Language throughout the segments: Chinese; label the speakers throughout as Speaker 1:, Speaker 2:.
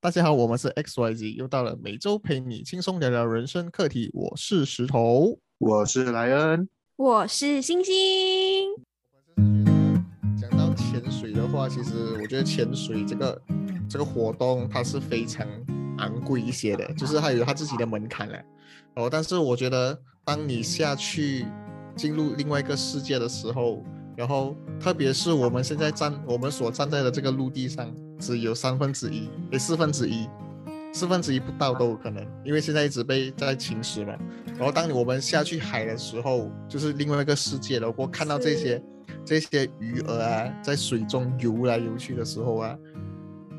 Speaker 1: 大家好，我们是 XYZ，又到了每周陪你轻松聊聊人生课题，我是石头。
Speaker 2: 我是莱恩，
Speaker 3: 我是星星，
Speaker 1: 我是觉得讲到潜水的话，其实我觉得潜水这个这个活动它是非常昂贵一些的，就是它有它自己的门槛了。哦，但是我觉得当你下去进入另外一个世界的时候，然后特别是我们现在站我们所站在的这个陆地上，只有三分之一，诶，四分之一。四分之一不到都有可能，因为现在一直被在侵蚀嘛。然后当我们下去海的时候，就是另外一个世界了。如果看到这些这些鱼儿啊，
Speaker 2: 嗯
Speaker 1: 在水中游来游去的时候啊，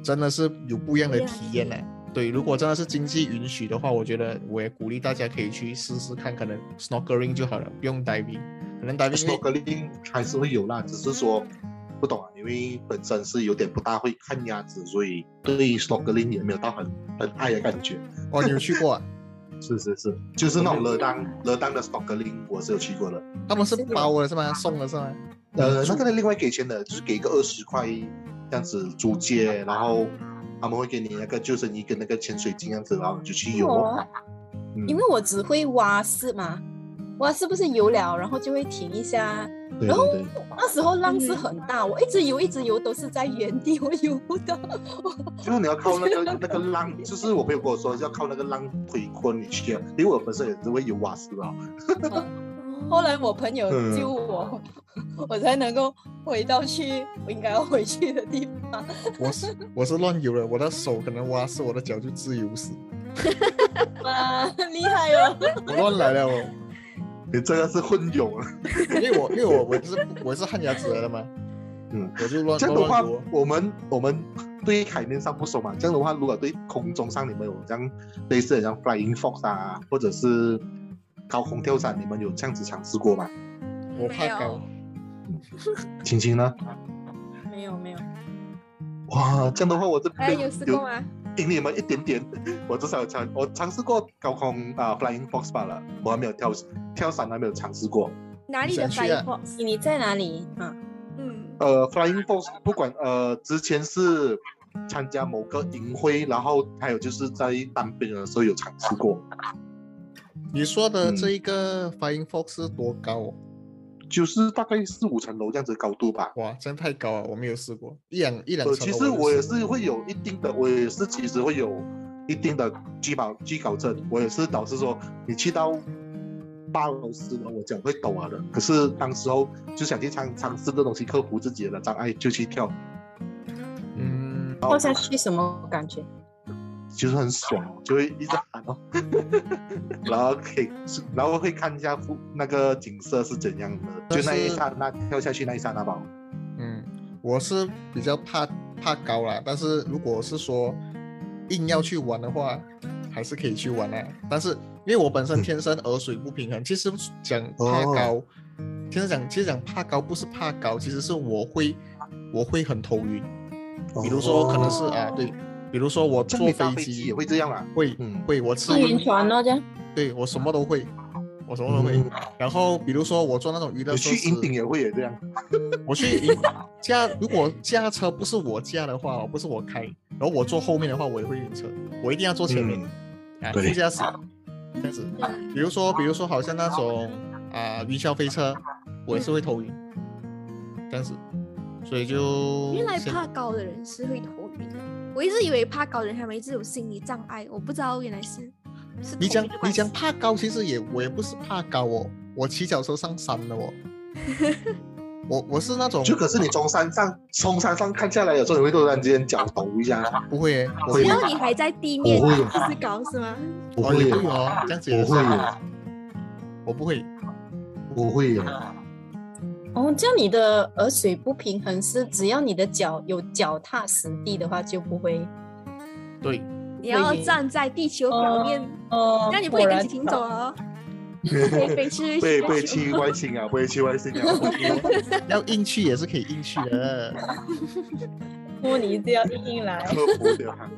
Speaker 1: 真的是有不一样的体验呢、啊对，如果真的是经济允许的话，我觉得我也鼓励大家可以去试试看，可能 snorkeling 就好了，不用 diving。可能 diving 因为
Speaker 2: snorkeling 还是会有啦，只是说不懂啊，因为本身是有点不大会看鸭子，所以对 snorkeling 也没有到很很爱的感觉。
Speaker 1: 哦，你有去过、啊？
Speaker 2: 是是是，就是那种热当热当的 snorkeling 我是有去过的，
Speaker 1: 他们是
Speaker 3: 是的
Speaker 1: 包的是 吗？送的是吗？
Speaker 2: 呃，
Speaker 1: 嗯
Speaker 2: 那个另外给钱的，就是给个二十块这样子租借，然后他们会给你那个救生衣跟那个潜水镜这样子，然后你就去游哦。
Speaker 3: 我
Speaker 2: 嗯
Speaker 3: 因为我只会蛙式嘛，蛙式不是游了，然后就会停一下。
Speaker 2: 对
Speaker 3: 然后
Speaker 2: 对对，
Speaker 3: 那时候
Speaker 4: 嗯
Speaker 3: 浪是很大，我一直游一直游都是在原地，我游不到。
Speaker 2: 就是你要靠那个那个浪，就是我朋友跟我说要靠那个浪推过你去啊，因为我本身也是会游蛙式啊。
Speaker 3: 后来我朋友
Speaker 2: 嗯
Speaker 3: 救我，我才能够回到去我应该要回去的地方。
Speaker 1: 我是 我是乱游的，我的手可能挖死，我的脚就自由死，
Speaker 3: 哇，厉害 哦！
Speaker 1: 我乱来了我。
Speaker 2: 你这个是混泳啊！
Speaker 1: 因为我因为我我就是我是旱鸭子来的嘛，
Speaker 2: 嗯，
Speaker 1: 我就乱
Speaker 2: 这样的话
Speaker 1: 乱游，，
Speaker 2: 我们我们对海面上不熟嘛，这样的话，如果对空中上你们有这样类似的像 flying fox 啊，或者是高空跳伞，你们有这样子尝试过吗？
Speaker 1: 我怕高，
Speaker 2: 晴晴呢？
Speaker 3: 没有没有，
Speaker 2: 哇，这样的话我这
Speaker 4: 哎，
Speaker 2: 边
Speaker 4: 有试过吗？
Speaker 2: 赢你们一点点，我至少有尝我尝试过高空啊、flying fox 罢了，我还没有跳跳伞还没有尝试过。
Speaker 4: 哪里
Speaker 1: 你想
Speaker 4: 的
Speaker 1: 去啊
Speaker 4: flying fox？
Speaker 3: 你在哪里啊？
Speaker 4: 嗯，
Speaker 2: 呃，Flying Fox 不管呃，之前是参加某个营会，然后还有就是在当兵的时候有尝试过，
Speaker 1: 你说
Speaker 2: 嗯
Speaker 1: 的这一个 Flying Fox 是多高哦？
Speaker 2: 就是大概四五层楼这样子的高度吧。
Speaker 1: 哇，真太高啊了，我没有试过，一两一两
Speaker 2: 呃，
Speaker 1: 层
Speaker 2: 其
Speaker 1: 楼
Speaker 2: 实
Speaker 1: 就
Speaker 2: 我也
Speaker 1: 试过
Speaker 2: 是会有一定的，我也是其实会有一定的居保居高症，我也是导致说你去到八楼十楼，我脚会抖啊的。可是当时候就想去尝尝试这东西，克服自己的障碍，就去跳，
Speaker 1: 嗯，
Speaker 3: 跳下去什么感觉？
Speaker 1: 哦
Speaker 2: 就是很爽，就会一直喊哦，然后可以，然后会看一下附那个景色是怎样的，就那一刹那跳下去那一刹那吧。
Speaker 1: 嗯，我是比较怕怕高啦，但是如果是说硬要去玩的话，还是可以去玩啊。但是因为我本 身天生耳水不平衡，其实讲怕
Speaker 2: 哦
Speaker 1: 高，其实讲其实讲怕高不是怕高，其实是我会我会很头晕。比如说可能是啊
Speaker 4: 哦
Speaker 1: 对，比如说我
Speaker 2: 像
Speaker 1: 坐
Speaker 2: 你搭飞
Speaker 1: 机
Speaker 2: 机也会这样啊。
Speaker 1: 会
Speaker 2: 嗯
Speaker 1: 会我吃
Speaker 3: 坐
Speaker 1: 晕
Speaker 3: 晕，船咯，这样。
Speaker 1: 对我什么都会，我什么都会
Speaker 2: 嗯。，
Speaker 1: 然后比如说我坐那种娱乐
Speaker 2: 你
Speaker 1: 设
Speaker 2: 去
Speaker 1: 施，
Speaker 2: 银顶也会也这样。
Speaker 1: 我去银 驾，如果驾车不是我驾的话，不是我开，然后我坐后面的话，我也会晕车，我一定要坐前面、啊，
Speaker 2: 嗯对
Speaker 1: 副驾驶这样子。比如说，比如说，好像那种啊、云霄飞车，我也是会头晕，这样子，所以就
Speaker 4: 原来
Speaker 1: 先
Speaker 4: 怕高的人是会头晕的。我一直以为怕高的人他们一直有心理障碍，我不知道原来是是
Speaker 1: 你讲
Speaker 4: 同一个
Speaker 1: 你
Speaker 4: 关系
Speaker 1: 讲怕高，其实也我也不是怕高哦，我骑脚车上山的 哦，我我是那种
Speaker 2: 就可是你从山上从山上看下来，有时候你会突然之间脚抖一下。
Speaker 1: 不会欸耶，我
Speaker 2: 会
Speaker 4: 只
Speaker 2: 吗
Speaker 4: 要你还在地面
Speaker 2: 我会有
Speaker 4: 就是高是吗？
Speaker 2: 不
Speaker 1: 哦也
Speaker 2: 耶
Speaker 1: 会有哦，这样子也
Speaker 2: 我
Speaker 1: 是
Speaker 2: 会
Speaker 1: 啊，我不会。
Speaker 2: 我会有，
Speaker 3: 哦，这样你的耳水不平衡是只要你的脚有脚踏实地的话就不会。
Speaker 1: 对，
Speaker 4: 你要站在地球表面，
Speaker 3: 哦
Speaker 4: 那你不可以跟晴走了哦，可以 飞去
Speaker 2: 被
Speaker 4: 地
Speaker 2: 被
Speaker 4: 球
Speaker 2: 气外星啊，被气外星啊。
Speaker 1: 要硬去也是可以硬去的。
Speaker 3: 摸你一定要硬来。
Speaker 2: 克服流汗。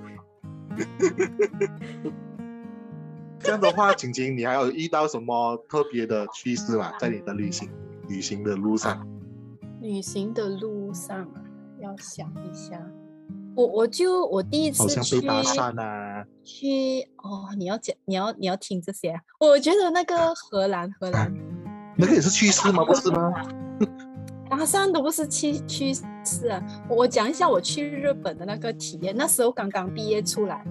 Speaker 2: 这样的话，晴晴，你还有遇到什么特别的趣事吗？在你的旅行旅行的路上，
Speaker 3: 旅行的路上啊，要想一下。我我就我第一次
Speaker 2: 好像
Speaker 3: 去
Speaker 2: 被搭讪啊，
Speaker 3: 去哦，你要讲你要你要听这些啊、我觉得那个荷兰荷兰
Speaker 2: 那个也是趋势吗？不是吗？
Speaker 3: 搭讪啊都不是趋趋势啊！我讲一下我去日本的那个体验，那时候刚刚毕业出来，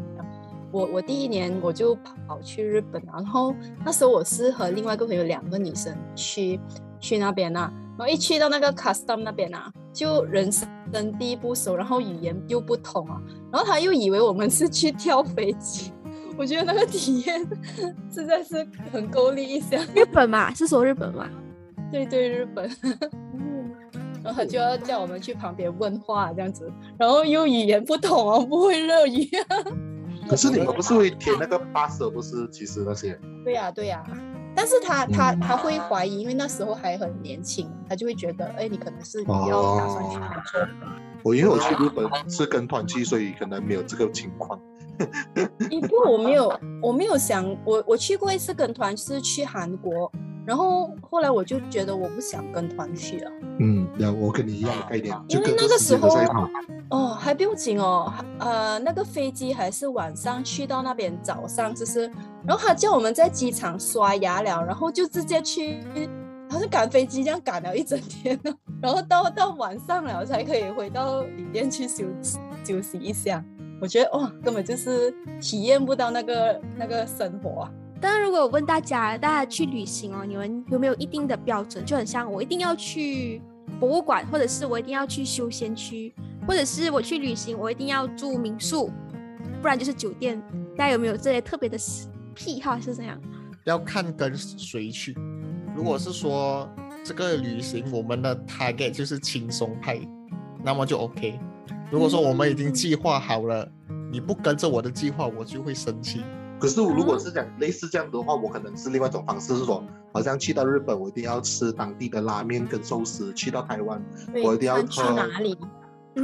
Speaker 3: 我我第一年我就跑去日本，然后那时候我是和另外一个朋友两个女生去去那边啊，然后一去到那个 custom 那边啊，就人生地不熟，然后语言又不通啊，然后他又以为我们是去跳飞机。 我觉得那个体验 实在是很够力一下，
Speaker 4: 日本嘛，是说日本嘛？
Speaker 3: 对对，日本。嗯然后他就要叫我们去旁边问话这样子，然后又语言不同哦，不会日 语。
Speaker 2: 可是你们不是会填那个 bus 的不是？其实那些
Speaker 3: 对呀、对呀、但是他他他会怀疑，因为那时候还很年轻，他就会觉得，哎，你可能是你要打算去
Speaker 2: 哦
Speaker 3: 工作的。
Speaker 2: 我因为我去日
Speaker 3: 哦
Speaker 2: 本是跟团去，所以可能没有这个情况。
Speaker 3: 因为我没有，我没有想，我我去过一次跟团，是去韩国，然后后来我就觉得我不想跟团去了。
Speaker 2: 嗯，那我跟你一样的概念，
Speaker 3: 哦因
Speaker 2: 就
Speaker 3: 为
Speaker 2: 跟着
Speaker 3: 那个
Speaker 2: 时
Speaker 3: 时
Speaker 2: 间的
Speaker 3: 候
Speaker 2: 在跑。
Speaker 3: 哦，还不用紧哦，呃，那个飞机还是晚上去到那边，早上就是，然后他叫我们在机场刷牙了，然后就直接去，好像赶飞机这样赶了一整天哦，然后到到晚上了才可以回到旅店去休休息一下。我觉得哇，根本就是体验不到那个那个生活啊。
Speaker 4: 当然，如果我问大家，大家去旅行哦，你们有没有一定的标准？就很像我一定要去博物馆，或者是我一定要去休闲区，或者是我去旅行，我一定要住民宿，不然就是酒店。大家有没有这些特别的喜癖好是怎样？
Speaker 1: 要看跟谁去。如果是说这个旅行我们的 target 就是轻松派，那么就 OK。如果说我们已经计划好了，你不跟着我的计划，我就会生气。
Speaker 2: 可是如果是讲类似这样的话，我可能是另外一种方式，是说好像去到日本，我一定要吃当地的拉面跟寿司；去到台湾，我一定要
Speaker 3: 看去
Speaker 2: 喝
Speaker 3: 哪里？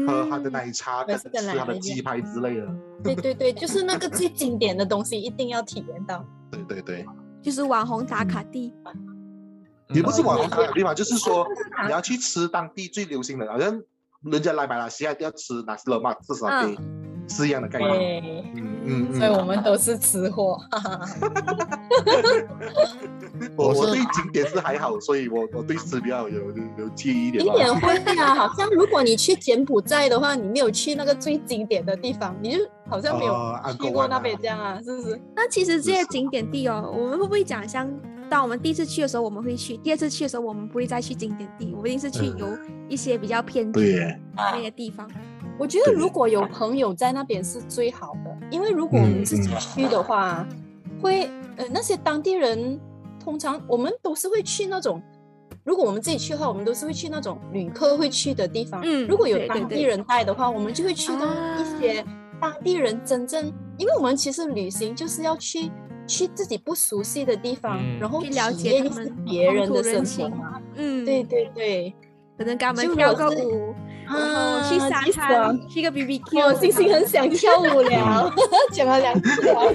Speaker 2: 喝他的
Speaker 4: 嗯
Speaker 2: 奶茶
Speaker 3: 我也
Speaker 2: 跟
Speaker 3: 是
Speaker 2: 吃
Speaker 3: 跟奶
Speaker 2: 他
Speaker 3: 奶
Speaker 2: 的
Speaker 3: 一
Speaker 2: 鸡
Speaker 3: 样
Speaker 2: 排之类的。
Speaker 3: 对对对，就是那个最经典的东西，一定要体验到。
Speaker 2: 对对对，
Speaker 4: 就是网红打卡地。
Speaker 2: 也不是
Speaker 3: 哦
Speaker 2: 网红
Speaker 1: 嗯
Speaker 2: 的地方，就是说你要去吃当地最流行的，好像人家来马来西亚一定要吃拿西勒嘛，至少得是一样的概念。
Speaker 3: 嗯对，
Speaker 2: 嗯嗯
Speaker 3: 所以我
Speaker 2: 嗯，
Speaker 3: 们都是吃货。嗯
Speaker 2: 我
Speaker 1: 我
Speaker 2: 我
Speaker 1: 是
Speaker 2: 对景点是嗯还好，所以我我对吃比较有有有介意一点
Speaker 3: 经
Speaker 2: 吧。
Speaker 3: 典会啊，好像如果你去柬埔寨的话，你没有去那个最经典的地方，你就好像没有
Speaker 2: 哦安
Speaker 3: 去
Speaker 2: 哥
Speaker 3: 过
Speaker 2: 湾
Speaker 3: 那
Speaker 2: 啊
Speaker 3: 边这样啊，是不是？
Speaker 4: 那其实这些
Speaker 2: 是
Speaker 4: 景点地哦，我们会不会讲像，当我们第一次去的时候我们会去，第二次去的时候我们不会再去景点地，我们一定是去
Speaker 2: 嗯
Speaker 4: 游一些比较偏
Speaker 2: 对
Speaker 4: 僻
Speaker 2: 耶
Speaker 4: 那些地方。
Speaker 3: 我觉得
Speaker 2: 对
Speaker 3: 如果有朋友在那边是最好的，因为如果
Speaker 2: 嗯
Speaker 3: 我们自己去的话，会呃那些当地人通常我们都是会去那种，如果我们自己去的话，我们都是会去那种旅客会去的地方。
Speaker 4: 嗯
Speaker 3: 如果有
Speaker 4: 对对啊
Speaker 3: 当地
Speaker 4: 对
Speaker 3: 人带的话，我们就会去到一些当地人真正，因为我们其实旅行就是要去。去自己不熟悉的地方，
Speaker 1: 嗯
Speaker 3: 然后
Speaker 4: 去了
Speaker 3: 体
Speaker 4: 解
Speaker 3: 验
Speaker 4: 他
Speaker 3: 一些
Speaker 4: 们
Speaker 3: 别
Speaker 4: 风
Speaker 3: 人
Speaker 4: 土
Speaker 3: 的
Speaker 4: 人
Speaker 3: 生活
Speaker 4: 情
Speaker 3: 嘛。
Speaker 4: 嗯，
Speaker 3: 对对对，
Speaker 4: 可能跟他
Speaker 3: 就
Speaker 4: 们
Speaker 3: 如
Speaker 4: 跳
Speaker 3: 果
Speaker 4: 个
Speaker 3: 是
Speaker 4: 舞，然后去
Speaker 3: 啊
Speaker 4: 沙
Speaker 3: 极
Speaker 4: 滩
Speaker 3: 爽，
Speaker 4: 去个 BBQ，
Speaker 3: 我星星很想跳舞了， 讲了两次了。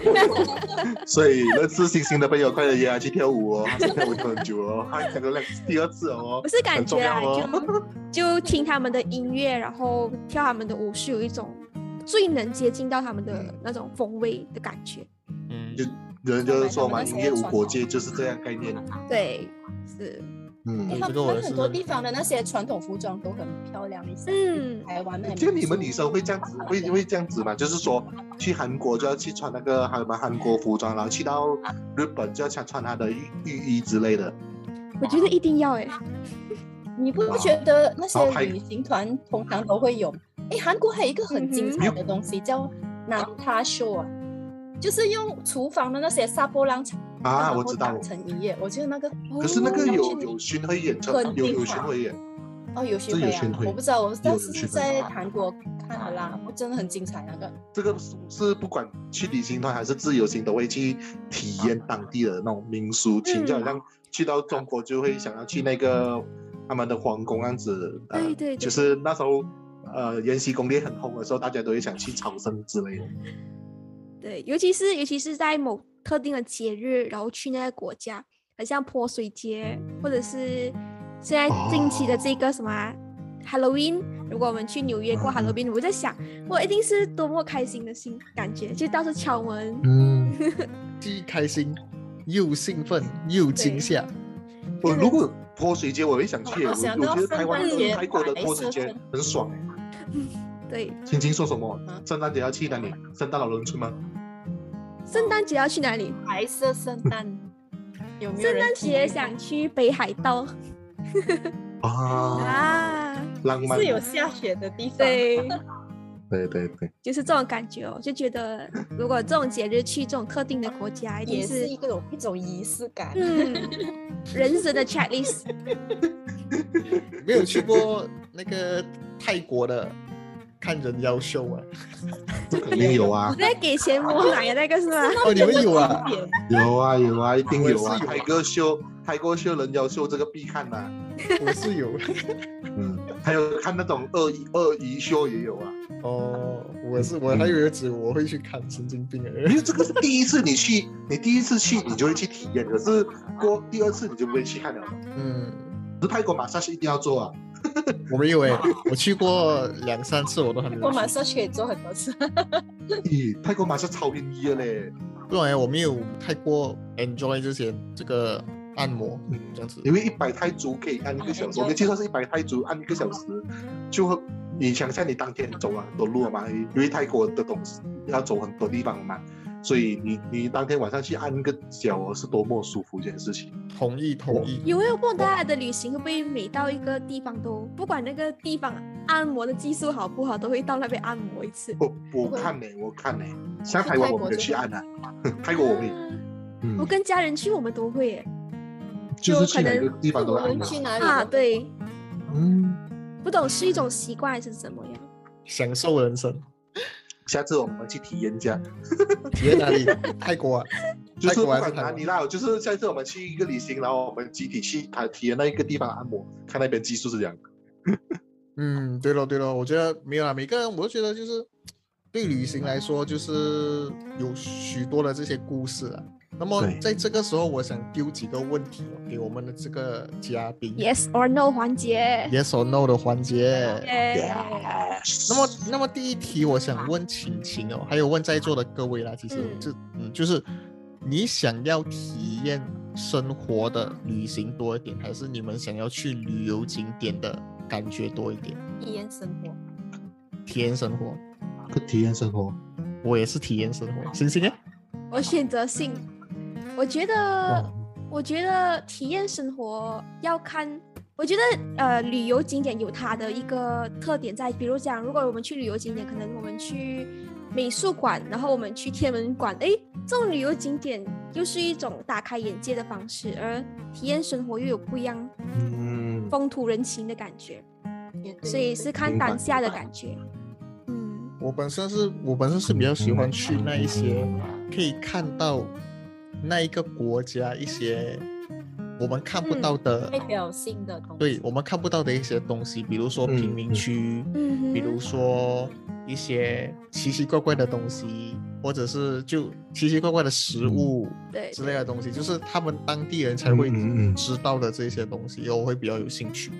Speaker 2: 所以认识星星的朋友，快点约他去跳舞哦，他去跳舞跳很久哦，他讲了两第二次了哦
Speaker 4: 我。是感
Speaker 2: 很重
Speaker 4: 觉啊，
Speaker 2: 要
Speaker 4: 就就听他们的音乐，然后跳他们的舞，是有一种最能接近到他们的那种风味的感觉。
Speaker 1: 嗯
Speaker 2: 就有人就是说嘛，音乐无国界就是这样概念。
Speaker 4: 对，是，
Speaker 3: 因为
Speaker 2: 嗯，
Speaker 3: 他
Speaker 1: 这个
Speaker 3: 们
Speaker 1: 我也
Speaker 3: 很
Speaker 1: 是
Speaker 3: 多
Speaker 1: 认
Speaker 3: 地方的那些传统服装都很漂亮，你像
Speaker 4: 嗯
Speaker 3: 台湾那也
Speaker 2: 就
Speaker 3: 蛮
Speaker 2: 你们
Speaker 3: 舒
Speaker 2: 女生会这样子，会会这样子嘛？就是说去韩国就要去穿那个韩们韩国服装，然后去到日本就要穿穿他的浴浴衣之类的。
Speaker 4: 我觉得一定要哎、
Speaker 3: 你不
Speaker 2: 哇
Speaker 3: 觉得那些
Speaker 2: 然后还
Speaker 3: 旅行团通常都会有？哎，韩国还有一个很精
Speaker 4: 嗯哼
Speaker 3: 彩的东西叫南塔秀啊，就是用厨房的那些沙波浪
Speaker 2: 啊，我知道
Speaker 3: 打。成一页，我觉得那个
Speaker 2: 可是那个
Speaker 3: 哦
Speaker 2: 有有巡回演唱，啊有有巡回演，
Speaker 3: 啊哦有巡
Speaker 2: 这有
Speaker 3: 回啊
Speaker 2: 巡，回
Speaker 3: 我不知道，我
Speaker 2: 有
Speaker 3: 当
Speaker 2: 有
Speaker 3: 时
Speaker 2: 巡
Speaker 3: 是
Speaker 2: 回啊
Speaker 3: 在韩国看的啦，我真的很精彩那个。
Speaker 2: 这个是是不管去旅行团还是自由行都会去体验当地的那种民俗情，就好像去到中国就会想要去那个他们的皇宫那样子，呃、
Speaker 4: 对对对
Speaker 2: 就是那时候呃延禧攻略很红的时候，大家都会想去朝圣之类的。
Speaker 4: 对，尤其是尤其是在某特定的节日，然后去那个国家，很像泼水节，或者是现在近期的这个什么、啊 Halloween，如果我们去纽约过 Halloween，我在想，我一定是多么开心的心感觉，就到处敲门，
Speaker 2: 嗯，
Speaker 1: 既开心又兴奋又惊吓，
Speaker 2: 我如果泼水节我会想去耶，
Speaker 3: 我
Speaker 2: 我
Speaker 3: 想
Speaker 2: 我
Speaker 3: 到
Speaker 2: 觉得台湾
Speaker 4: 圣诞节
Speaker 2: 泰国的泼水
Speaker 3: 白
Speaker 2: 节
Speaker 3: 色
Speaker 2: 很爽耶。欸
Speaker 4: 对，
Speaker 2: 青青说什么
Speaker 3: 嗯？
Speaker 2: 圣诞节要去哪里？圣诞老人村吗？
Speaker 4: 圣诞节要去哪里？
Speaker 3: 白色圣诞， 有没有
Speaker 4: 圣
Speaker 3: 人
Speaker 4: 诞
Speaker 3: 提
Speaker 4: 节
Speaker 3: 议
Speaker 4: 想去北海道
Speaker 2: 啊，
Speaker 4: 啊，
Speaker 2: 浪漫
Speaker 3: 是，有下雪的地方？，
Speaker 4: 对，
Speaker 2: 对对对，
Speaker 4: 就是这种感觉哦，就觉得如果这种节日去这种特定的国家，一定
Speaker 3: 也
Speaker 4: 是
Speaker 3: 是一种一种仪式感。
Speaker 4: 嗯，人生的 checklist，，
Speaker 1: 没有去过那个泰国的看人妖秀啊？
Speaker 2: 这肯定有啊
Speaker 4: 在给钱摸奶的那个是吗？
Speaker 1: 哦，你们有啊？
Speaker 2: 有啊有啊，一定有
Speaker 1: 我也是
Speaker 2: 啊，
Speaker 1: 有啊
Speaker 2: 泰哥秀，泰哥秀人妖秀这个必看呐、
Speaker 1: 我是有。
Speaker 2: 嗯，还有看那种鳄鱼鳄鱼秀也有啊。
Speaker 1: 哦，我是我还以为只有我会去看神经病而
Speaker 2: 因
Speaker 1: 已。
Speaker 2: 为这个是第一次你去，你第一次去你就会去体验，可是过第二次你就不会去看了。
Speaker 1: 嗯，
Speaker 2: 可是泰国马萨是一定要做啊，
Speaker 1: 我没 有哎、我去过两三次，我都还没
Speaker 3: 我
Speaker 1: 有去
Speaker 3: 马。上可以做很多次，
Speaker 2: 咦，泰国马萨超便宜的嘞，
Speaker 1: 不然啊我没有太过 enjoy 这些这个按摩这样子。
Speaker 2: 因为一百泰铢可以按一个
Speaker 3: 哦
Speaker 2: 小时，我们计算是一百泰铢按一个小时，就会你想象你当天走了很多路了嘛，因为泰国的东西要走很多地方嘛，所以你你当天晚上去按一个脚是多么舒服一件事情。
Speaker 1: 同意同意。
Speaker 4: 有没有碰到他的旅行会不会每到一个地方都不管那个地方按摩的技术好不好，都会到那边按摩一次？
Speaker 2: 我哦我看呢、我看呢、像台湾我没有去按啊，泰国我
Speaker 4: 啊
Speaker 2: 会，嗯
Speaker 3: 哦
Speaker 4: 我跟家人去，我们都会耶
Speaker 2: 就是去哪个地方都
Speaker 3: 我
Speaker 2: 会按
Speaker 3: 们
Speaker 2: 摩。
Speaker 3: 去哪里
Speaker 4: 啊，对，
Speaker 2: 嗯。
Speaker 4: 不懂是一种习惯还是怎么样？
Speaker 1: 享受人生，
Speaker 2: 下次我们去体验一下，
Speaker 1: 体验哪里？泰国 啊，
Speaker 2: 就是
Speaker 1: 泰
Speaker 2: 不
Speaker 1: 国还是台
Speaker 2: 管哪
Speaker 1: 湾
Speaker 2: 里？啦，就是下次我们去一个旅行，然后我们集体去体体验那一个地方按摩，看那边技术是怎样。
Speaker 1: 嗯，对咯对咯，我觉得没有啦，每个人我都觉得就是对旅行来说，就是有许多的这些故事啊。那么
Speaker 2: 对
Speaker 1: 在这个时候，我想丢几个问题、哦、给我们的这个嘉宾
Speaker 4: Yes or No 环节。
Speaker 1: yes or no 的环节。
Speaker 4: 耶
Speaker 1: 那么，那么第一题，我想问晴晴哦，还有问在座的各位啦，其实
Speaker 4: 嗯
Speaker 1: 就嗯，就是你想要体验生活的旅行多一点，还是你们想要去旅游景点的感觉多一点，
Speaker 3: 体验生活。
Speaker 1: 体验生活？
Speaker 2: 个体验生活，
Speaker 1: 我也是体验生活，星星呢？
Speaker 4: 我选择性，我觉得，我觉得体验生活要看。我觉得，呃，旅游景点有它的一个特点在，比如讲，如果我们去旅游景点，可能我们去美术馆，然后我们去天文馆，诶，这种旅游景点又是一种打开眼界的方式，而体验生活又有不一样
Speaker 2: 嗯，
Speaker 4: 风土人情的感觉，
Speaker 3: 也对
Speaker 4: 所以是看
Speaker 2: 明白
Speaker 4: 当下的
Speaker 2: 明白
Speaker 4: 感觉。嗯，
Speaker 1: 我本身是我本身是比较喜欢去那一些可以看到那一个国家一些我们看不到的，
Speaker 3: 代表性的东西。
Speaker 1: 对我们看不到的一些东西，比如说
Speaker 2: 嗯
Speaker 1: 贫民
Speaker 2: 嗯
Speaker 1: 区，
Speaker 4: 嗯哼
Speaker 1: 比如说一些奇奇怪怪的东西，或者是就奇奇怪怪的食物
Speaker 4: 对
Speaker 1: 之类的东西，就是他们当地人才会
Speaker 2: 嗯嗯嗯嗯
Speaker 1: 知道的这些东西，我会比较有兴趣。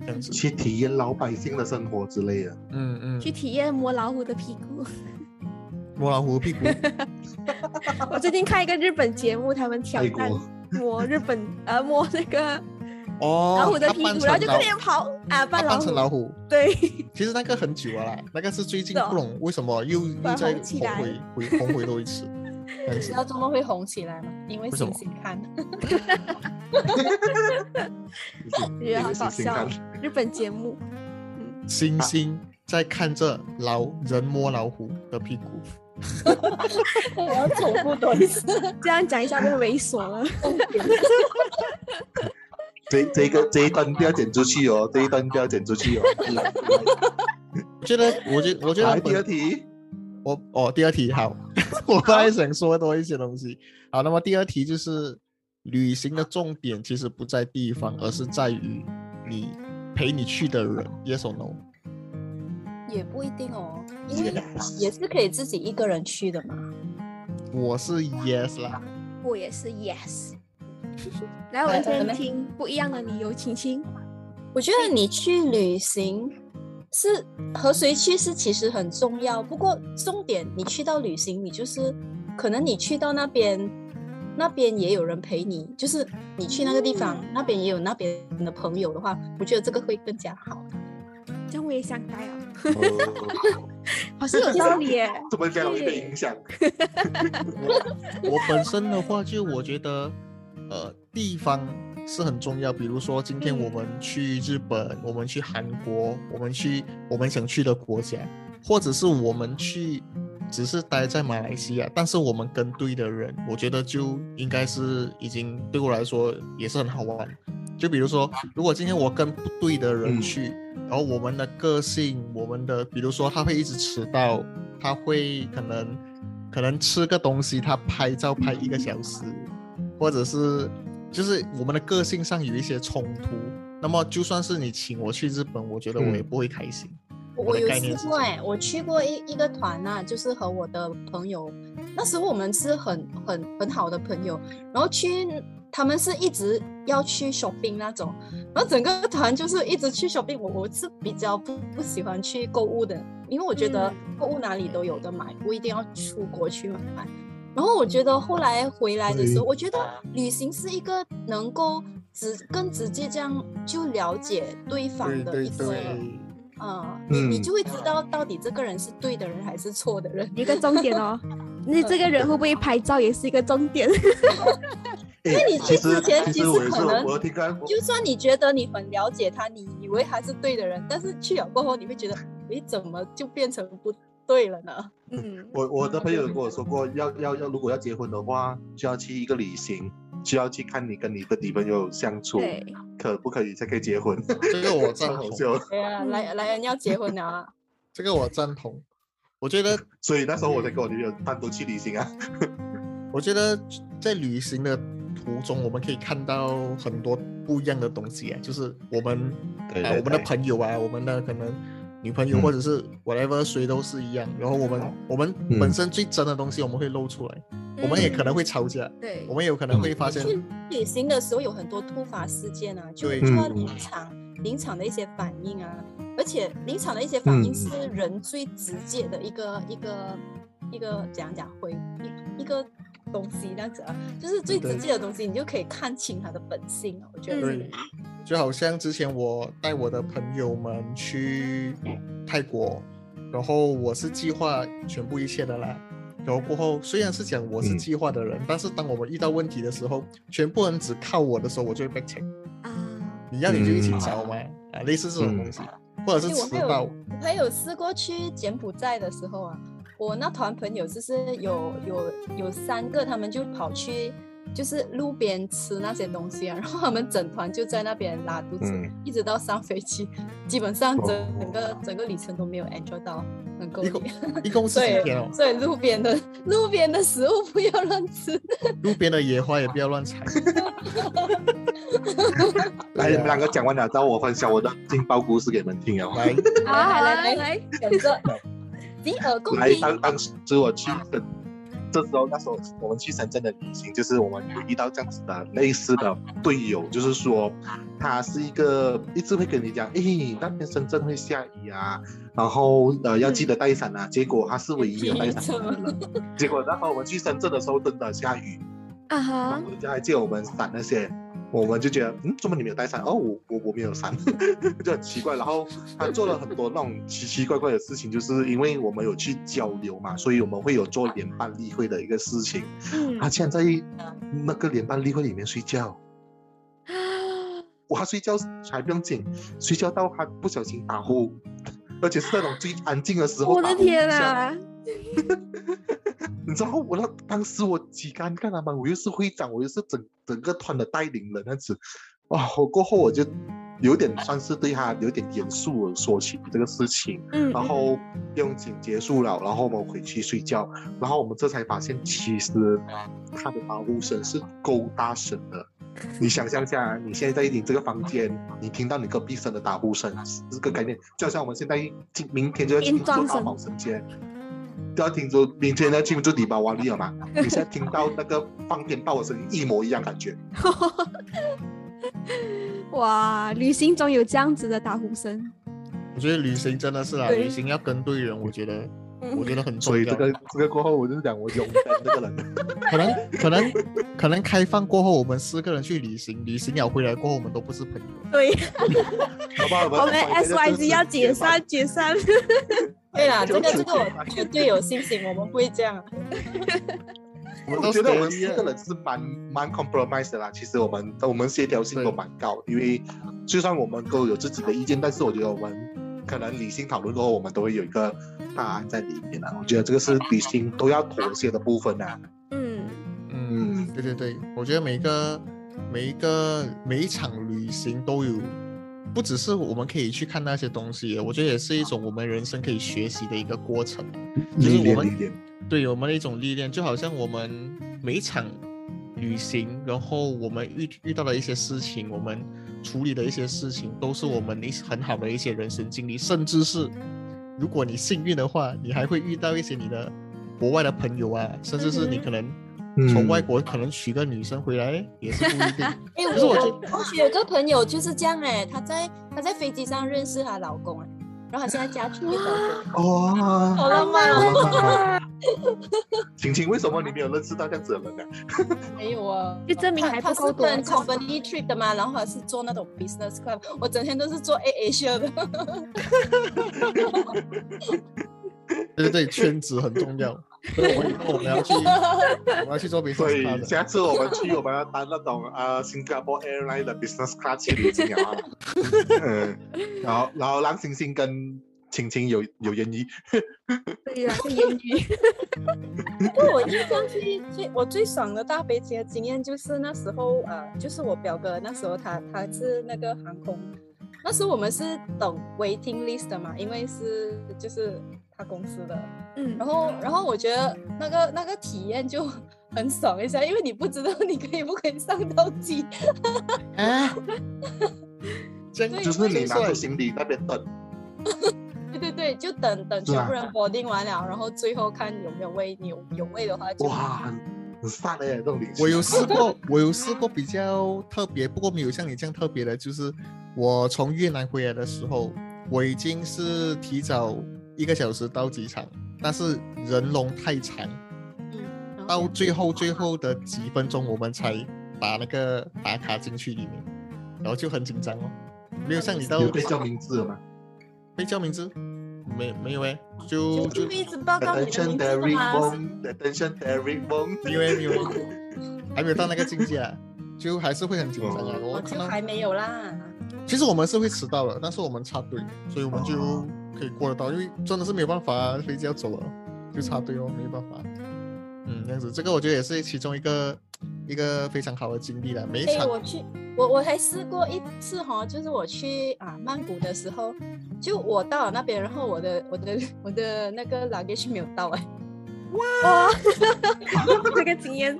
Speaker 1: 这样子，
Speaker 2: 去体验老百姓的生活之类的。
Speaker 1: 嗯嗯
Speaker 4: 去，体验摸老虎的屁股。
Speaker 1: 摸老虎的 屁股，
Speaker 4: 我最近看一个日本节目，他们挑
Speaker 2: 泰
Speaker 4: 战
Speaker 2: 国
Speaker 4: 摸日本呃摸那个
Speaker 1: 哦，
Speaker 4: 老虎的
Speaker 1: 他
Speaker 4: 屁
Speaker 1: 扮
Speaker 4: 股，
Speaker 1: 成
Speaker 4: 然后就
Speaker 1: 老
Speaker 4: 快点跑啊，
Speaker 1: 他
Speaker 4: 扮老
Speaker 1: 扮
Speaker 4: 虎。
Speaker 1: 成老虎，
Speaker 4: 对，
Speaker 1: 其实那个很久了啦，那个是最近
Speaker 4: 是哦
Speaker 1: 不懂为什么又
Speaker 4: 把
Speaker 1: 又
Speaker 4: 它
Speaker 1: 在
Speaker 4: 红起来
Speaker 1: 红回回红回多一次，这样
Speaker 3: 你知
Speaker 1: 子
Speaker 3: 道中国会红起来吗？因为
Speaker 1: 为什么
Speaker 3: 星星看，
Speaker 4: 觉得好搞
Speaker 2: 星星
Speaker 4: 笑
Speaker 2: 看。
Speaker 4: 日本节目，
Speaker 1: 星星在看着老人摸老虎的屁股。
Speaker 3: 我要重复多一次。
Speaker 4: 这样讲一下就猥琐了。
Speaker 2: 这这个这一段不要剪出去哦，这一段不要剪出去哦。来
Speaker 1: 我觉得，我觉我觉
Speaker 2: 来，
Speaker 1: 得
Speaker 2: 第
Speaker 1: 本
Speaker 2: 二题，
Speaker 1: 我哦，第二题好，我本来想说多一些东西。好，那么第二题就是旅行的重点其实不在地方，而是在于你陪你去的人，yes or no？
Speaker 3: 也不一定哦，因为也是可以自己一个人去的嘛。
Speaker 1: 我是 yes 啦，
Speaker 4: 我也是 yes。来，我们
Speaker 3: 来来
Speaker 4: 先
Speaker 3: 来
Speaker 4: 听不一样的理由，晴晴。
Speaker 3: 我觉得你去旅行，是和谁去是其实很重要，不过重点你去到旅行，你就是可能你去到那边，那边也有人陪你，就是你去那个地方，那边也有那边的朋友的话，我觉得这个会更加好。
Speaker 4: 这样我也想改哦，
Speaker 2: 哦
Speaker 4: 好像有道理耶。
Speaker 2: 怎么讲容易被影响？
Speaker 1: 我本身的话，就我觉得，呃，地方是很重要。比如说，今天
Speaker 4: 嗯
Speaker 1: 我们去日本，我们去韩国，我们去我们想去的国家，或者是我们去只是待在马来西亚，但是我们跟对的人，我觉得就应该是已经对我来说也是很好玩。就比如说，如果今天我跟不对的人
Speaker 2: 嗯
Speaker 1: 去，然后我们的个性，我们的比如说他会一直迟到，他会可能可能吃个东西，他拍照拍一个小时，或者是就是我们的个性上有一些冲突。那么就算是你请我去日本，我觉得我也
Speaker 2: 嗯
Speaker 1: 不会开心。
Speaker 3: 我
Speaker 1: 我
Speaker 3: 我
Speaker 1: 的
Speaker 3: 有
Speaker 1: 概
Speaker 3: 去
Speaker 1: 念是
Speaker 3: 过
Speaker 1: 这
Speaker 3: 哎、我去过一一个团呐、就是和我的朋友，那时候我们是很很很好的朋友，然后去他们是一直要去 shopping 那种，然后整个团就是一直去 shopping，我我是比较不不喜欢去购物的，因为我觉
Speaker 1: 嗯
Speaker 3: 得购物哪里都有的买，不一定要出国去买。然后我觉得后来回来的时候，
Speaker 2: 对
Speaker 3: 我觉得旅行是一个能够直更直接这样就了解对方
Speaker 1: 对
Speaker 3: 的
Speaker 1: 对
Speaker 3: 一些
Speaker 1: 对，
Speaker 3: 嗯，你你
Speaker 2: 嗯
Speaker 3: 就会知道到底这个人是对的人还是错的人。
Speaker 4: 一个重点哦，那这个人会不会拍照也是一个重点。
Speaker 2: 哎
Speaker 3: 那你
Speaker 2: 其
Speaker 3: 去
Speaker 2: 实
Speaker 3: 之前
Speaker 2: 其
Speaker 3: 其实
Speaker 2: 实我也是，
Speaker 3: 可能
Speaker 2: 我听刚
Speaker 3: 就算你觉得你很了解他，你以为他是对的人，但是去了过后，你会觉得你怎么就变成不对了呢？
Speaker 4: 嗯，
Speaker 2: 我我的朋友跟我说过，要要要，如果要结婚的话，就要去一个旅行，就要去看你跟你的女朋友相处，
Speaker 4: 对，
Speaker 2: 可不可以才可以结婚？
Speaker 1: 这个我赞
Speaker 2: 超
Speaker 1: 同
Speaker 2: 好， 笑。
Speaker 3: 对啊，莱莱恩要结婚了啊！
Speaker 1: 这个我赞同。我觉得
Speaker 2: 所以那时候我才跟我女友
Speaker 1: 嗯
Speaker 2: 单独去旅行啊。
Speaker 1: 我觉得在旅行的途中，我们可以看到很多不一样的东西啊，就是我们
Speaker 2: 对
Speaker 1: 啊、
Speaker 2: 对
Speaker 1: 我们的
Speaker 2: 对
Speaker 1: 朋友啊，我们的可能女朋友
Speaker 2: 嗯
Speaker 1: 或者是 whatever，谁都是一样。然后我们我们
Speaker 2: 嗯
Speaker 1: 本身最真的东西我们会露出来，我们也可能会吵架，
Speaker 4: 嗯对
Speaker 1: 我，们有可
Speaker 2: 嗯
Speaker 1: 能会发现，
Speaker 3: 去旅行的时候有很多突发事件啊，就
Speaker 1: 对
Speaker 3: 就要
Speaker 2: 嗯
Speaker 3: 临场临场的一些反应啊，而且临场的一些反应
Speaker 2: 嗯
Speaker 3: 是人最直接的一个一个一个怎样讲回一一个东西这样子啊，就是最直
Speaker 1: 对
Speaker 3: 接的东西，你就可以看清他的本性啊了。我觉得
Speaker 1: 对，就好像之前我带我的朋友们去泰国，然后我是计划全部一切的啦。然后过后，虽然是讲我是
Speaker 2: 嗯
Speaker 1: 计划的人，但是当我们遇到问题的时候，全部人只靠我的时候，我就会 back check。
Speaker 4: 啊，
Speaker 1: 你要你就一起
Speaker 2: 嗯
Speaker 1: 找嘛，啊，类似这种东西，或者是
Speaker 3: 对哎我
Speaker 1: 迟
Speaker 3: 还有
Speaker 1: 到，
Speaker 3: 我还有试过去柬埔寨的时候啊，我那团朋友就是有有有三个，他们就跑去就是路边吃那些东西啊，然后他们整团就在那边拉肚子，
Speaker 2: 嗯
Speaker 3: 一直到上飞机，基本上整、
Speaker 2: 哦
Speaker 3: 整个整个旅程都没有 enjoy 到，很够
Speaker 1: 一
Speaker 3: 力。
Speaker 1: 共一共是几天哦
Speaker 3: 对，？所以路边的路边的食物不要乱吃。
Speaker 1: 路边的野花也不要乱采。
Speaker 2: 来，你们两个讲完了，到我分享我的劲爆故事给你们听哦。
Speaker 1: 来，
Speaker 4: 好
Speaker 3: 来
Speaker 4: 啊来
Speaker 3: 来
Speaker 4: 来来，
Speaker 3: 选择洗耳恭
Speaker 2: 来，
Speaker 3: 听。
Speaker 2: 当当时我去深，这时候那时候我们去深圳的旅行，就是我们有遇到这样子的类似的队友，就是说他是一个一直会跟你讲，诶，那边深圳会下雨啊，然后呃要记得带伞啊。结果他是唯一没有带伞的人。结果然后我们去深圳的时候真的下雨，
Speaker 4: 啊哈
Speaker 2: 人家还借我们伞那些，我们就觉得，嗯，怎么你没有带伞？哦，我我我没有伞， 就很奇怪。然后他做了很多那种奇奇怪怪的事情，就是因为我们有去交流嘛，所以我们会有做联办例会的一个事情。
Speaker 4: 嗯
Speaker 1: 啊
Speaker 2: 他竟然在那个联办例会里面睡觉，
Speaker 4: 啊，
Speaker 2: 哇，他睡觉还不用紧，睡觉到他不小心打呼，而且是那种最安静的时候。
Speaker 4: 我的天！啊！
Speaker 2: 你知道我那当时我几尴尬了吗？我又是会长，我又是整整个团的带领人那样子，哇！我过后我就有点算是对他有点严肃地说起这个事情，
Speaker 4: 嗯，
Speaker 2: 然后用警结束了，然后我们回去睡觉，然后我们这才发现其实他的打呼声是够大声的。你想象下，你现在在你这个房间，你听到你隔壁声的打呼声，是这个概念，就好像我们现在今明天就要
Speaker 4: 变
Speaker 2: 进入
Speaker 4: 装
Speaker 2: 大
Speaker 4: 声
Speaker 2: 保生街，就要听出明天要进入迪巴瓦利了嘛？你现在听到那个放鞭炮的声音一模一样感觉，
Speaker 4: 嗯哇，旅行中有这样子的打呼声，
Speaker 1: 我觉得旅行真的是啦，
Speaker 4: 对
Speaker 1: 旅行要跟对人，我觉得
Speaker 4: 嗯
Speaker 1: 我觉得很重
Speaker 2: 所以
Speaker 1: 要。
Speaker 2: 这个这个过后，我就是讲我勇敢这个人，
Speaker 1: 可能可能可能开放过后，我们四个人去旅行，旅行了回来过后，我们都不是朋友。
Speaker 4: 对，
Speaker 2: 好不好？
Speaker 4: 我们
Speaker 2: 们
Speaker 4: S Y Z 要解散，解散。
Speaker 3: 对啦，
Speaker 2: 就
Speaker 3: 这个
Speaker 2: 是
Speaker 3: 这个我绝对有信心，我们不会这样。啊
Speaker 1: 我们
Speaker 2: 我
Speaker 1: 都
Speaker 2: 觉得我们
Speaker 1: steady
Speaker 2: 四
Speaker 1: 啊
Speaker 2: 个人是蛮蛮 compromise 的啦。其实我们我们协调性都蛮高，因为就算我们都有自己的意见，但是我觉得我们可能理性讨论过后，我们都会有一个答案在里面啊啦。我觉得这个是理性都要妥协的部分啊。
Speaker 4: 嗯，
Speaker 1: 嗯，对对对，我觉得每一个每一个每一场旅行都有，不只是我们可以去看那些东西，我觉得也是一种我们人生可以学习的一个过程。嗯就是
Speaker 2: 理
Speaker 1: 我
Speaker 2: 念
Speaker 1: 们
Speaker 2: 理念，
Speaker 1: 对我们的一种历练，就好像我们每一场旅行，然后我们遇遇到的一些事情，我们处理的一些事情，都是我们一很好的一些人生经历，甚至是如果你幸运的话，你还会遇到一些你的国外的朋友啊，甚至是你
Speaker 4: 嗯哼
Speaker 1: 可能
Speaker 2: 嗯
Speaker 1: 从外国可能娶个女生回来，也是不一定。
Speaker 3: 哎，
Speaker 1: 可是我
Speaker 3: 我
Speaker 1: 觉
Speaker 3: 我有个朋友就是这样哎，她在她在飞机上认识她老公哎，然后她现在嫁去美国，
Speaker 2: 哇，
Speaker 3: 好浪漫
Speaker 2: 好
Speaker 3: 哦！
Speaker 2: 浪漫 啊！晴晴，为什么你没有认识到这样子的人呢、
Speaker 3: 没有啊，
Speaker 4: 就证明还不
Speaker 3: 她
Speaker 4: 够
Speaker 3: 是
Speaker 4: 多
Speaker 3: 跟 company trip 的嘛，然后她是做那种 business club，我整天都是做 A A 秀的。
Speaker 1: 对对对，圈子很重要。所以我以后我们要去，我们要去做 business
Speaker 2: 所
Speaker 1: class
Speaker 2: 以
Speaker 1: 的
Speaker 2: 下次我们去，我们要搭那种啊、呃、新加坡 airline 的 business class 去旅行啊。嗯，然后然后让星星跟晴晴有有联谊，
Speaker 4: 对呀，言语。
Speaker 3: 对我印象最最我最爽的大飞机的经验就是那时候呃，就是我表哥那时候他他是那个航空，那时候我们是等 waiting list 的嘛，因为是就是他公司的，
Speaker 4: 嗯
Speaker 3: 然，后然后我觉得那个那个体验就 很爽一下，因为你不知道你可以不可以上到机，
Speaker 1: 啊，这
Speaker 3: 对
Speaker 1: 样
Speaker 2: 就是你拿着
Speaker 1: 算
Speaker 2: 行李那边等。
Speaker 3: 对对对，就等等
Speaker 2: 是
Speaker 3: 全
Speaker 2: 啊
Speaker 3: 部人 boarding 完了，然后最后看有没有位，你有有位的话就
Speaker 2: 哇，很很飒的耶，这种旅行。
Speaker 1: 我有试过，我有试过比较特别，不过没有像你这样特别的。就是我从越南回来的时候，我已经是提早一个小时到机场，但是人龙太长，
Speaker 3: 嗯，然后
Speaker 1: 到最后最后的几分钟我们才把那个打卡进去里面，然后就很紧张哦。没有像你到
Speaker 2: 有被叫名字了吗
Speaker 1: 被叫名字，没没有哎，就
Speaker 3: 就
Speaker 1: 就
Speaker 3: 一直报告你的
Speaker 2: ？Attention,
Speaker 3: 名字的
Speaker 2: Derek
Speaker 3: 嘛，是
Speaker 2: Wong. Attention, Derek Wong.
Speaker 1: 没有哎没有哎，还没有到那个境界啊，就还是会很紧张啊。我
Speaker 3: 我
Speaker 1: 看
Speaker 3: 就
Speaker 1: 到
Speaker 3: 还没有啦。
Speaker 1: 其实我们是会迟到的，但是我们插队，
Speaker 3: 嗯
Speaker 1: 所以我们就
Speaker 2: 哦
Speaker 1: 可以过得到，因为真的是没有办法、啊，飞机要走了，就插队哦，没有办法。嗯，这样子，这个我觉得也是其中一个一个非常好的经历了。每一
Speaker 3: 哎、
Speaker 1: 场，
Speaker 3: 我去，我我还试过一次哈、就是我去啊曼谷的时候，就我到了那边，然后我的我的我的那个 luggage 没有到哎、
Speaker 4: 哇，这个经 验，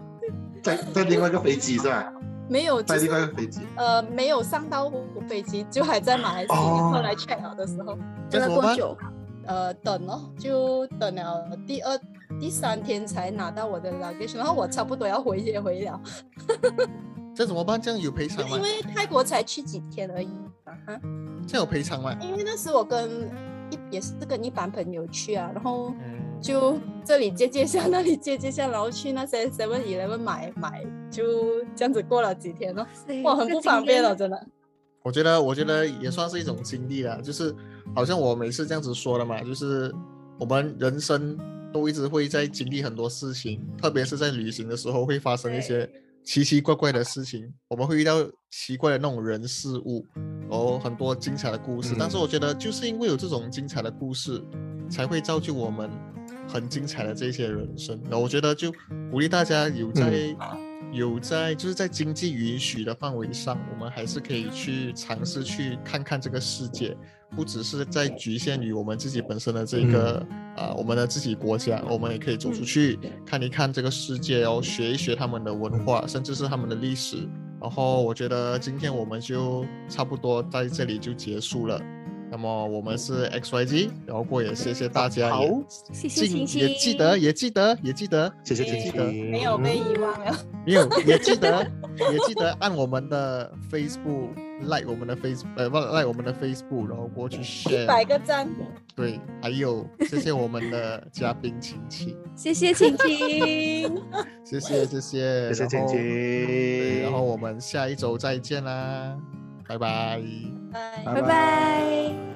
Speaker 2: 在在另外一个飞机是吧？
Speaker 3: 没有，
Speaker 2: 在
Speaker 3: 就
Speaker 2: 另
Speaker 3: 是
Speaker 2: 外一个飞机。
Speaker 3: 呃没有上到飞机，就还在马来西亚。
Speaker 2: 哦
Speaker 3: 后来 check 了的时候，
Speaker 1: 这样
Speaker 4: 等
Speaker 1: 子我
Speaker 4: 了多
Speaker 1: 们
Speaker 4: 久？
Speaker 3: 呃等哦，就等了第二。第三天才拿到我的 luggage，然后我差不多要回也回了，
Speaker 1: 这样怎么办？这样有赔偿吗
Speaker 3: 因？为泰国才去几天而已啊哈。
Speaker 1: 这样有赔偿吗？
Speaker 3: 因为那时我跟一也是跟一班朋友去啊，然后
Speaker 1: 嗯，
Speaker 3: 就这里接接下，那里接接下，然后去那些 Seven Eleven 买买，就这样子过了几天咯。哇，很不方便了，
Speaker 4: 了。
Speaker 3: 真的。
Speaker 1: 我觉得，我觉得也算是一种经历了，就是好像我每次这样子说的嘛，就是我们人生都一直会在经历很多事情，特别是在旅行的时候会发生一些奇奇怪怪的事情，我们会遇到奇怪的那种人事物，然后很多精彩的故事。但是我觉得，就是因为有这种精彩的故事，才会造就我们很精彩的这些人生。然后我觉得，就鼓励大家有在、有在就是在经济允许的范围上，我们还是可以去尝试去看看这个世界，不只是在局限于我们自己本身的这个啊、我们的自己国家，我们也可以走出去看一看这个世界哦，学一学他们的文化，甚至是他们的历史。然后我觉得今天我们就差不多在这里就结束了。那么我们是 X Y Z，然后过也谢谢大家，
Speaker 2: 好
Speaker 1: 也
Speaker 4: 谢谢
Speaker 1: 记
Speaker 4: 星星，
Speaker 1: 也记得也记得也记得
Speaker 2: 谢谢
Speaker 3: 谢
Speaker 2: 晴
Speaker 3: 谢
Speaker 2: 晴，
Speaker 3: 没有被遗忘了。
Speaker 1: 没有也记得也记得按我们的 Facebook like 我们的 Facebook 呃不 like 我们的 Facebook，然后过去
Speaker 3: 一百
Speaker 1: share。
Speaker 3: 个赞，
Speaker 1: 对，还有谢谢我们的嘉宾晴 晴，
Speaker 4: 谢谢晴晴，
Speaker 1: 谢谢谢谢，
Speaker 2: 谢谢
Speaker 1: 然
Speaker 2: 晴
Speaker 1: 后对
Speaker 2: 晴，
Speaker 1: 然后我们下一周再见啦，拜拜。
Speaker 3: 拜
Speaker 2: 拜
Speaker 4: 拜拜。